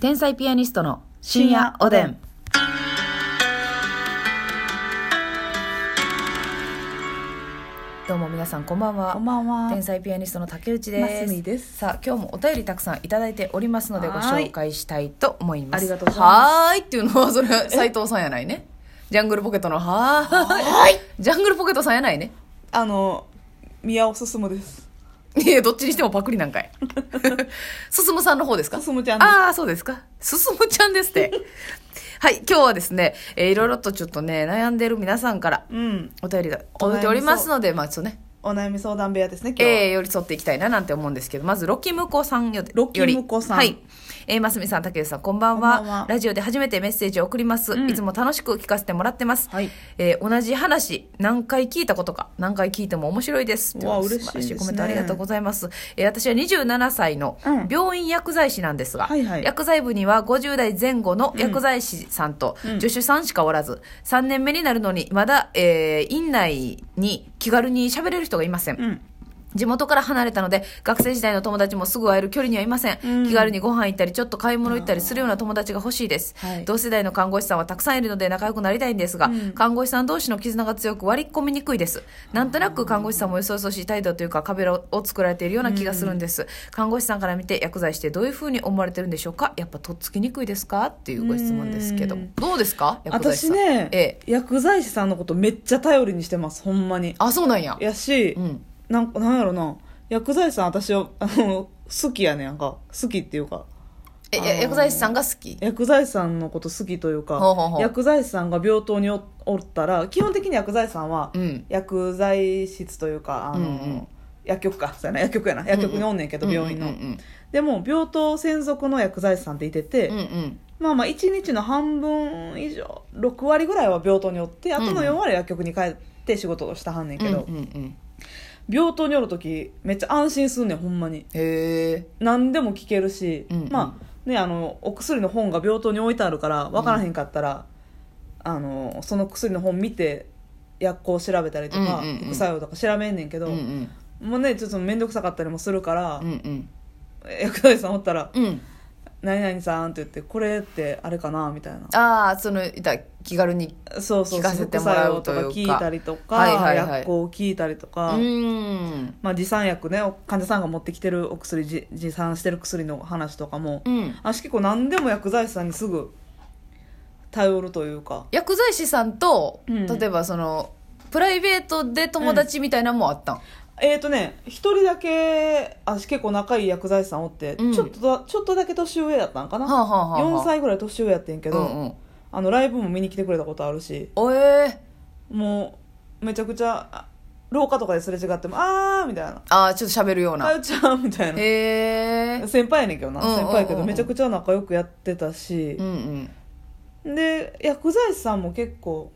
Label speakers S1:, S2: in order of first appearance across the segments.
S1: 天才ピアニストの深夜おでん。どうも皆さんこんばんは。
S2: こんばんは。
S1: 天才ピアニストの竹内です。
S2: ますみです
S1: さあ今日もお便りたくさんいただいておりますのでご
S2: はーい
S1: 紹介したいと思います。
S2: ありがとうございます
S1: はーいっていうのはそれは斉藤さんやないね。ジャングルポケットのはーい。ジャングルポケットさんやないね。
S2: あの、宮尾すすむです。
S1: いやどっちにしてもパクリなんか い。進むさんの方ですか
S2: 進むちゃんです
S1: ああ、そうですか。進むちゃんですって。はい、今日はですね、えーいろいろとちょっとね、悩んでる皆さんから
S2: うん。
S1: お便りが届いておりますので、まあちょっとね、
S2: お悩み相談部屋ですね、今日は。
S1: えー、寄り添っていきたいななんて思うんですけど、まず、ロキムコさんよ
S2: ロキムコさん
S1: よりはい。えー、ますみさん、竹内さん、こんばんは
S2: こんばんは
S1: ラジオで初めてメッセージを送ります。
S2: うん
S1: いつも楽しく聞かせてもらってます。
S2: はい
S1: えー同じ話、何回聞いたことか、何回聞いても面白いです。
S2: うわ
S1: とう
S2: 嬉しいです
S1: 素晴ら
S2: ね
S1: コメントありがとうございます。えー私は27歳の
S2: うん
S1: 病院薬剤師なんですが、
S2: はいはい
S1: 薬剤部には50代前後の薬剤師さんと
S2: うん
S1: 助手さんしかおらず、3年目になるのに、まだ、えー院内に気軽に喋れる人がいません。
S2: うん。
S1: 地元から離れたので学生時代の友達もすぐ会える距離にはいません、
S2: うん
S1: 気軽にご飯行ったりちょっと買い物行ったりするような友達が欲しいです、
S2: はい
S1: 同世代の看護師さんはたくさんいるので仲良くなりたいんですが、
S2: うん
S1: 看護師さん同士の絆が強く割り込みにくいですなんとなく看護師さんもよそよそしい態度というか壁を作られているような気がするんです、看護師さんから見て薬剤師ってどういうふうに思われてるんでしょうかやっぱとっつきにくいですかっていうご質問ですけど、
S2: うん
S1: どうですか薬剤師
S2: 私
S1: さん
S2: ね、
S1: ええ
S2: 薬剤師さんのことめっちゃ頼りにしてます、ほんまに。
S1: あそうなんや
S2: やし、
S1: うん
S2: なんなんやろな、薬剤師さん私を、あの、好きやねんか。好きっていうか、
S1: え
S2: あのー
S1: 薬剤師さんが好き
S2: 薬剤師さんのこと好きというか、
S1: ほうほうほう
S2: 薬剤師さんが病棟におおったら、基本的に薬剤師さんは、
S1: うん
S2: 薬剤室というか、あの、
S1: うんうん
S2: 薬局か、そうやな、薬局やな、薬局におんねんけど、病院の。
S1: うんうん
S2: でも病棟専属の薬剤師さんっていてて、
S1: うんうんうん
S2: まあまあ1日の半分以上6割ぐらいは病棟におってあとの4割は薬局に帰って仕事をしたはんねんけど、
S1: うんうんうん
S2: 病棟におる時めっちゃ安心すんねんほんまに
S1: へえ
S2: 何でも聞けるし、
S1: うんうん
S2: まあねあのお薬の本が病棟に置いてあるから分からへんかったら、あのその薬の本見て薬効調べたりとか、
S1: うんうんうん
S2: 副作用とか調べんねんけど、
S1: うんうん
S2: もうねちょっと面倒くさかったりもするから
S1: う、ん
S2: 薬剤師さんおったら
S1: うんうん
S2: 何々さんって言ってこれってあれかなみたいな
S1: ああそのいた気軽に
S2: そうそう
S1: 聞かせてもらうと
S2: 副
S1: いうか
S2: 作用とか聞いたりとか、
S1: はいはいはい
S2: 薬効を聞いたりと
S1: う
S2: か、
S1: ーん
S2: まあ、持参薬ね患者さんが持ってきてるお薬じ持参してる薬の話とかも、
S1: うん
S2: 私結構何でも薬剤師さんにすぐ頼るというか
S1: 薬剤師さんと
S2: うん
S1: 例えばそのプライベートで友達みたいなのもあったん
S2: えっ、とね一人だけ私結構仲いい薬剤師さんおって、
S1: うん
S2: ちょっとだちょっとだけ年上やったんかな、
S1: はあはあはあはあ
S2: 4歳ぐらい年上やってんけ
S1: け
S2: ど、
S1: うんうん
S2: あのライブも見に来てくれたことあるし
S1: おえ
S2: もうめちゃくちゃあ廊下とかですれ違っても「あー」みたいな
S1: ーああちょっと喋るよう
S2: 「
S1: な
S2: かゆちゃん」みたいな
S1: へえ
S2: 先輩やねんけどな、
S1: うんうんうんうん
S2: 先輩やけどめちゃくちゃ仲良くやってたし
S1: う、んうん
S2: で薬剤師さんも結構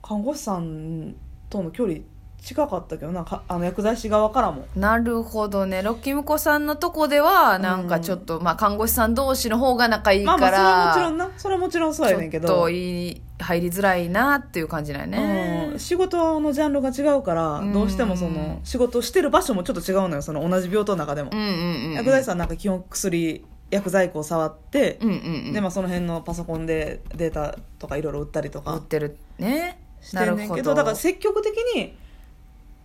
S2: 看護師さんとの距離近かったけどなかあの薬剤師側からも
S1: なるほどねロッキムコさんのとこではなんかちょっと、まあ看護師さん同士の方が仲いい
S2: ま
S1: か
S2: あま
S1: ら、
S2: あそれはもちろんなそれはもちろんそうやねん
S1: ちょ
S2: け
S1: っ
S2: ど
S1: といい入りづらいなっていう感じだよね
S2: うん、仕事のジャンルが違うから、
S1: うん
S2: どうしてもその仕事してる場所もちょっと違うのよその同じ病棟の中でも、
S1: うんうんうん、
S2: 薬剤師さんなんか基本薬薬剤庫を触って、
S1: うんうんうん、
S2: でまあその辺のパソコンでデータとかいろいろ売ったりと
S1: 売
S2: か
S1: ってるね
S2: してんねんけどだから積極的に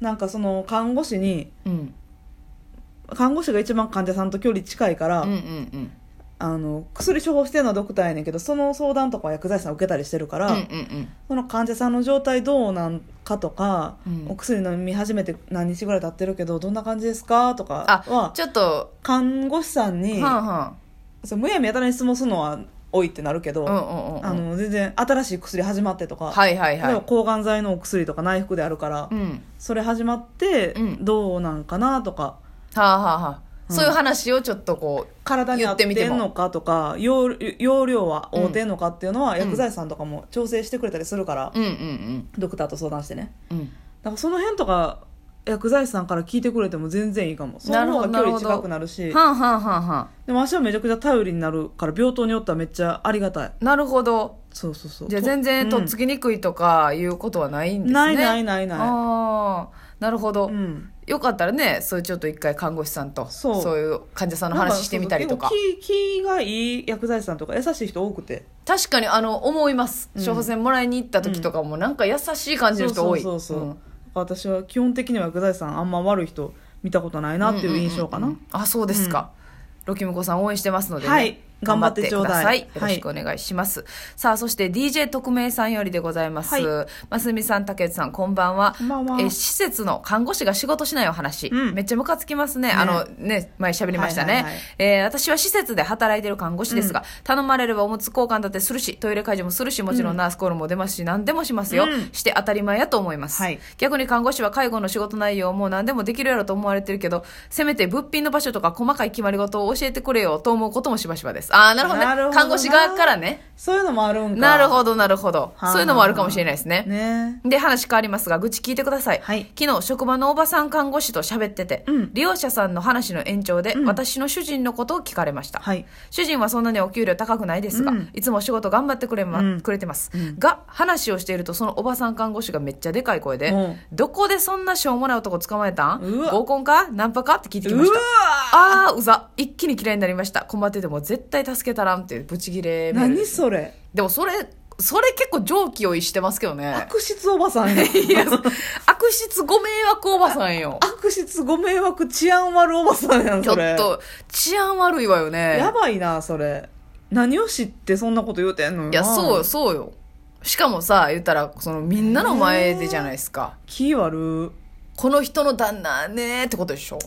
S2: なんかその看護師に
S1: うん、
S2: 看護師が一番患者さんと距離近いから、
S1: うんうんうん
S2: あの薬処方してるのはドクターやねんけどその相談とかは薬剤師さん受けたりしてるから、
S1: うんうん
S2: その患者さんの状態どうなんかとか、
S1: うん
S2: お薬飲み始めて何日ぐらい経ってるけどどんな感じですかとか
S1: あ
S2: は
S1: ちょっと
S2: 看護師さんに、
S1: はんは
S2: そうむやみやたらに質問するのは多いってなるけど、
S1: んうんうんうん
S2: あの全然新しい薬始まってとか、
S1: はいはい
S2: 例えば
S1: は
S2: 抗がん剤のお薬とか内服であるから、
S1: いうん
S2: それ始まって
S1: うん
S2: どうなんかなとか、
S1: はあはあはあ
S2: うん
S1: そういう話をちょっとこ
S2: 体に合ってんのかとか容容量は合うてんのかっていうのは薬剤師さんとかも調整してくれたりするから、
S1: ううんうん
S2: ドクターと相談してね
S1: うんうん
S2: だからその辺とか薬剤師さんから聞いてくれても全然いいかもそ
S1: なる
S2: の
S1: ほ
S2: 方
S1: ど
S2: が距離近くなるし
S1: はんはんはんはん
S2: でも足はめちゃくちゃ頼りになるから病棟によってはめっちゃありがたい
S1: なるほど
S2: そうそうそう
S1: じゃあ全然とっつ
S2: き、
S1: きにくいとかいうことはないん
S2: う
S1: で
S2: ん
S1: すね
S2: ないない
S1: い
S2: ないな
S1: ああなるほど、
S2: いうん
S1: よかったらねそういうちょっと一回看護師さんとそ
S2: そうう
S1: いう患者さんの話してみたりとか
S2: なんそう結構気気がいい薬剤師さんとか優しい人多くて
S1: 確かにあの思います
S2: うん
S1: 処方箋もらいに行った時とかも、なんか優しい感じの人多い
S2: そうそうそうそう、
S1: うん
S2: 私は基本的には薬剤師さんあんま悪い人見たことないなっていう印象かな、
S1: うんうんうんうんあそうですか、ロキムコさん応援してますので、ね
S2: はい頑張って
S1: 頑張ください
S2: ちょうだい
S1: よろしくお願いします、さあそして DJ 特命さんよりでございます、
S2: はい
S1: ますみさん竹内さんこんばんは
S2: こんばんは
S1: え施設の看護師が仕事しないお話、
S2: うん
S1: めっちゃムカつきますねあのね前喋りましたね、
S2: はいはいはい
S1: えー私は施設で働いてる看護師ですが、頼まれればおむつ交換だってするしトイレ介助もするしもちろんナースコールも出ますし何でもしますよ、
S2: うん
S1: して当たり前やと思います、
S2: はい
S1: 逆に看護師は介護の仕事内容も何でもできるやろと思われてるけどせめて物品の場所とか細かい決まり事を教えてくれよと思うこともしばしばですああなるほどね
S2: なるほどな
S1: 看護師側からね
S2: そういうのもあるんか
S1: なるほどなるほど
S2: はあ
S1: そういうのもあるかもしれないですね
S2: ね
S1: で話変わりますが愚痴聞いてください、
S2: はい
S1: 昨日職場のおばさん看護師と喋ってて、
S2: うん
S1: 利用者さんの話の延長で、
S2: うん
S1: 私の主人のことを聞かれました、
S2: はい
S1: 主人はそんなにお給料高くないですが、
S2: うん
S1: いつも仕事頑張ってくれ,、ま
S2: うん
S1: くれてます、
S2: うん
S1: が話をしているとそのおばさん看護師がめっちゃでかい声で、
S2: うん
S1: どこでそんなしょうもない男捕まえたん
S2: うわ
S1: 合コンかナンパかって聞いてき
S2: う
S1: ま
S2: わ
S1: したああうざ一気に嫌いになりました困ってても絶対助けたらんっていうブチギレ
S2: ー
S1: メールで
S2: 何
S1: す
S2: それ
S1: でもそれそれ結構常軌を逸してますけどね
S2: 悪質おばさん や
S1: いや、悪質ご迷惑おばさんよ。
S2: 悪質ご迷惑治安悪おばさんやん
S1: ちょ
S2: そ
S1: っ
S2: れ
S1: と、治安悪いわよね。
S2: やばいなそれ何を知ってそんなこと言うてんのよ
S1: いや、そうよ、
S2: う
S1: そうよ。しかもさ、言ったら、その、みんなの前でじゃないですか。
S2: 気悪
S1: この人の旦那ねってことでしょ。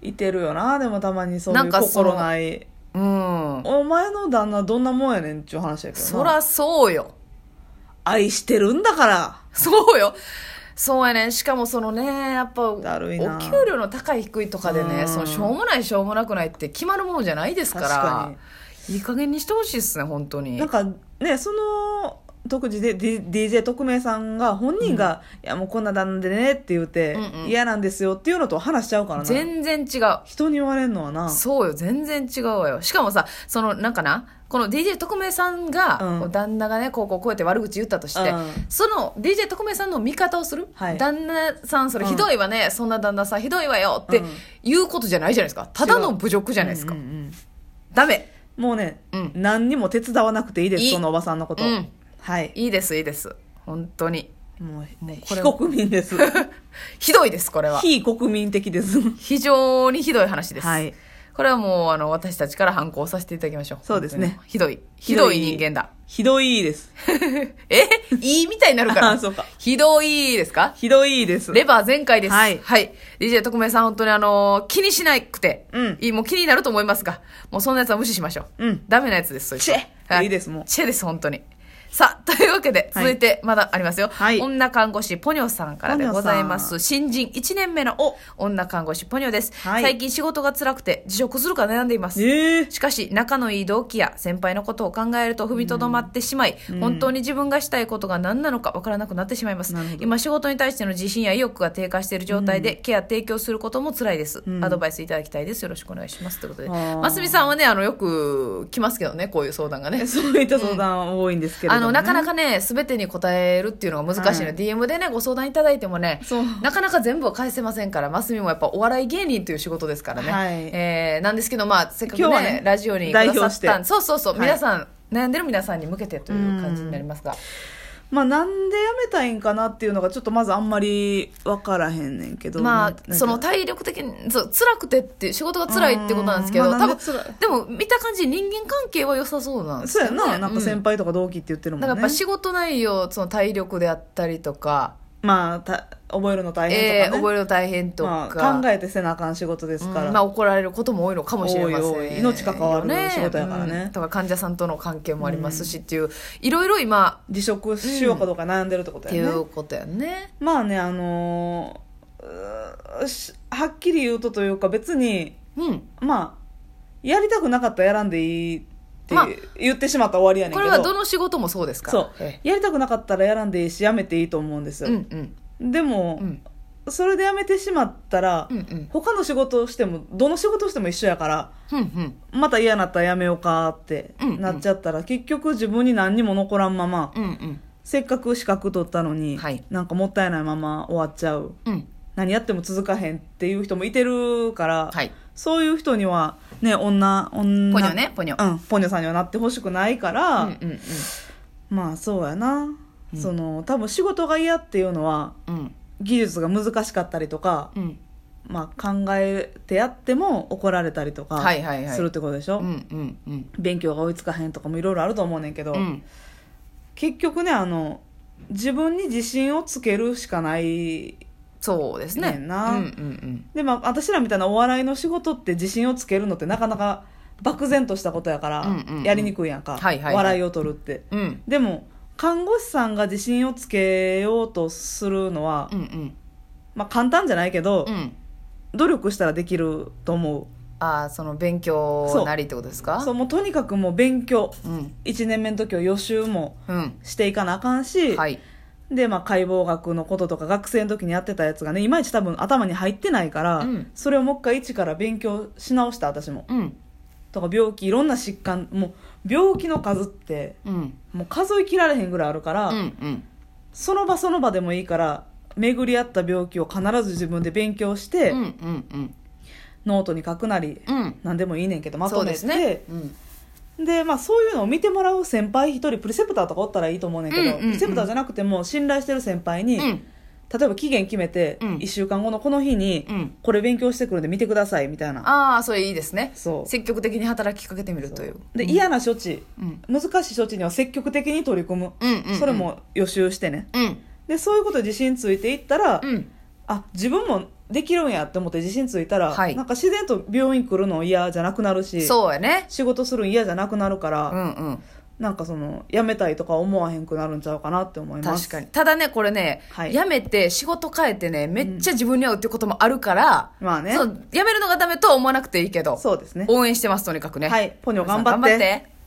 S2: いてるよなでもたまにそう
S1: ないん
S2: う
S1: かその
S2: 心ない
S1: うん。
S2: お前の旦那どんなもんやねんっちゅう話やけどな
S1: そらそうよ。
S2: 愛してるんだから
S1: そうよ。そうやねんしかもそのね、やっぱ、お
S2: だるいな
S1: 給料の高い低いとかでね、
S2: うん
S1: その、しょうもないしょうもなくないって決まるものじゃないですから。
S2: 確か
S1: いい加減にしてほしいですね、本当に。
S2: なんかねその特時で D- DJ 特命さんが本人が「いやもうこんな旦那でね」って言って、
S1: うんうん
S2: 嫌なんですよっていうのと話しちゃうからな
S1: 全然違う。
S2: 人に言われるのはな
S1: そうよ全然違うわよしかもさそのなんかなこの DJ 特命さんが、
S2: うん
S1: こう旦那がねこうこうこうやって悪口言ったとして、
S2: うん
S1: その DJ 特命さんの味方をする、
S2: はい
S1: 旦那さんそれひどいわね、そんな旦那さんひどいわよって
S2: うん
S1: 言うことじゃないじゃないですかただの侮辱じ
S2: じ
S1: ゃないですか、
S2: うん
S1: ダメ
S2: うんもうね、
S1: うん
S2: 何にも手伝わなくていいです
S1: いい
S2: そのおばさんのこと、
S1: うん
S2: はい
S1: いいですいいです本当に
S2: もう
S1: もうこれ
S2: 非国民です
S1: ひどいですこれは
S2: 非国民的です
S1: 非常にひどい話です、
S2: はい
S1: これはもうあの私たちから反抗させていただきましょう
S2: そうですね
S1: 本当にひどいひどい人間だ
S2: ひどいです
S1: えいいみたいになるか
S2: あ
S1: ら
S2: そうか
S1: ひどいですか
S2: ひどいです
S1: レバー全開です。は
S2: はいい。
S1: DJ 特命さん、本当にあのー気にしなくて、
S2: うん
S1: いいもう気になると思いますが、もうそんなやつは無視しましょう。
S2: うん
S1: ダメなやつです、そいつ
S2: チェ
S1: はい
S2: いですもう
S1: チェです、本当に。さあ、というわけで、
S2: はい
S1: 続いて、まだありますよ。
S2: はい
S1: 女看護師、ポニョさんからでございま
S2: ポ
S1: す。新人1年目の女看護師、ポニョです。
S2: はい
S1: 最近仕事が辛くて、辞職するか悩んでいます。
S2: ええ
S1: しかし仲のいい同期や先輩のことを考えると踏みとどまってしまい、本当に自分がしたいことが何なのか分からなくなってしまいます
S2: なるほど
S1: 今仕事に対しての自信や意欲が低下している状態で、ケア提供することも辛いです、
S2: うん
S1: アドバイスいただきたいですよろしくお願いしますということで
S2: あー
S1: ますみさんはねあのよく来ますけどねこういう相談がね
S2: そういった相談多いんですけれ
S1: あ
S2: ども、
S1: のなかな
S2: か
S1: かね全てに答えるっていうのが難しいの、
S2: はい
S1: DM でねご相談いただいてもね
S2: そう
S1: なかなか全部は返せませんからますみもやっぱお笑い芸人という仕事ですからね、
S2: はい
S1: えーなんですけどまあせっかくね
S2: 今日はね
S1: ラジオにくだ
S2: 代
S1: さ
S2: 表
S1: っ
S2: して
S1: たんそうそうそう、
S2: はい
S1: 皆さん悩んでる皆さんに向けてという感じになりますが
S2: まあなんでやめたいんかなっていうのがちょっとまずあんまり分からへんねんけど
S1: ま
S2: なんか
S1: あその体力的にそう辛くてって仕事が辛いってことなんですけど、
S2: うんまあな
S1: 多
S2: んで
S1: 分
S2: 辛い
S1: でも見た感じ人間関係は良さそうなんです
S2: そ
S1: よ
S2: うや
S1: ね
S2: ななんか
S1: う
S2: 先輩とか同期って言ってるもん
S1: だ
S2: ね、
S1: からやっぱ仕事内容その体力であったりとか
S2: まあた覚えるの大
S1: え
S2: 変とかね、
S1: ー覚えるの大変とか、
S2: まあ、考えてせなあかん仕事ですから、
S1: うんまあ、怒られることも多いのかもしれません
S2: 多い多い命関わる仕事やからね
S1: うんとか患者さんとの関係もありますしっていう、いろいろ今
S2: 辞職しようかどうか悩んでるってこと
S1: って
S2: や
S1: い
S2: ね、
S1: うことやね
S2: まあねあのーうーしはっきり言うとというか別に
S1: うん
S2: まあやりたくなかったらやらんでいいって
S1: まあ
S2: 言ってしまったら終わりやねんけ
S1: こ
S2: ど、
S1: れはどの仕事もそうですから
S2: そう
S1: え
S2: やりたくなかったらやらんでいいしやめていいと思うんです
S1: え
S2: よ、
S1: うんうん
S2: でも
S1: う、ん
S2: それでやめてしまったら、
S1: うんうん
S2: 他の仕事をしてもどの仕事をしても一緒やから
S1: うんうん
S2: また嫌なったらやめようかって
S1: うんうん
S2: なっちゃったら、結局自分に何にも残らんまま、
S1: うんうん
S2: せっかく資格取ったのに、
S1: はい
S2: なんかもったいないまま終わっちゃう
S1: うん
S2: 何やっても続かへんっていう人もいてるから、
S1: はい
S2: そういう人にはね女女
S1: ポニョねポニョ
S2: うん、ポニョさんにはなってほしくないから、
S1: うんうん
S2: まあそうやな、
S1: うん
S2: その多分仕事が嫌っていうのは
S1: うん
S2: 技術が難しかったりとか、
S1: うんうん
S2: まあ、考えてやっても怒られたりとか
S1: はいはいはい
S2: するってことでしょ、
S1: うんうんうん
S2: 勉強が追いつかへんとかもいろいろあると思うねんけど、
S1: うん
S2: 結局ねあの自分に自信をつけるしかない
S1: そうです
S2: ね
S1: ね
S2: んな
S1: うんうん
S2: でまあ私らみたいなお笑いの仕事って自信をつけるのってなかなか漠然としたことやから、
S1: うんうんうん
S2: やりにくいやんか、
S1: はいはいはい
S2: 笑いを取るって
S1: うんうん
S2: でも看護師さんが自信をつけようとするのは、
S1: うんうん
S2: まあ簡単じゃないけど、
S1: うん
S2: 努力したらできると思
S1: ああその勉強なりってことです
S2: う
S1: か
S2: そうもうとにかくもう勉強
S1: うん
S2: 1年目の時は予習も
S1: うん
S2: していかなあかんし、
S1: はい
S2: で、まあ、解剖学のこととか学生の時にやってたやつがねいまいち多分頭に入ってないから、
S1: うん
S2: それをもう一回一から勉強し直した私も
S1: うん
S2: とか病気いろんな疾患もう病気の数って
S1: うん
S2: もう数え切られへんぐらいあるから、
S1: うんうん
S2: その場その場でもいいから巡り合った病気を必ず自分で勉強して、
S1: うんうんうん
S2: ノートに書くなり
S1: うん
S2: 何でもいいねんけどま
S1: そ
S2: と
S1: う
S2: め
S1: で
S2: て
S1: すねうん
S2: で、まあ、そういうのを見てもらう先輩一人プリセプターとかおったらいいと思うねんけど、
S1: うんうんうん
S2: プリセプターじゃなくても信頼してる先輩に、
S1: うん
S2: 例えば期限決めて、
S1: うん
S2: 1週間後のこの日に
S1: うん
S2: これ勉強してくるんで見てくださいみたいな
S1: ああそれいいですね
S2: そう
S1: 積極的に働きかけてみるという
S2: で嫌な処置
S1: うん
S2: 難しい処置には積極的に取り組む、
S1: うんうんうん
S2: それも予習してね
S1: うん
S2: でそういうことで自信ついていったら、
S1: うん
S2: あ自分もできるんやって思って自信ついたら、
S1: はい
S2: なんか自然と病院来るの嫌じゃなくなるし
S1: そうやね
S2: 仕事するん嫌じゃなくなるか
S1: う
S2: ら、
S1: んうん
S2: なんかその辞めたいとか思わへんくなるんちゃうかなって思います
S1: 確かにただねこれね、
S2: はい
S1: 辞めて仕事変えてねめっちゃ自分に合うっていうこともあるから、
S2: まあね
S1: そ
S2: そう
S1: う辞めるのがダメとは思わなくていいけど
S2: ですね
S1: 応援してますとにかくね
S2: はいポニョ頑張って
S1: 皆さん頑張って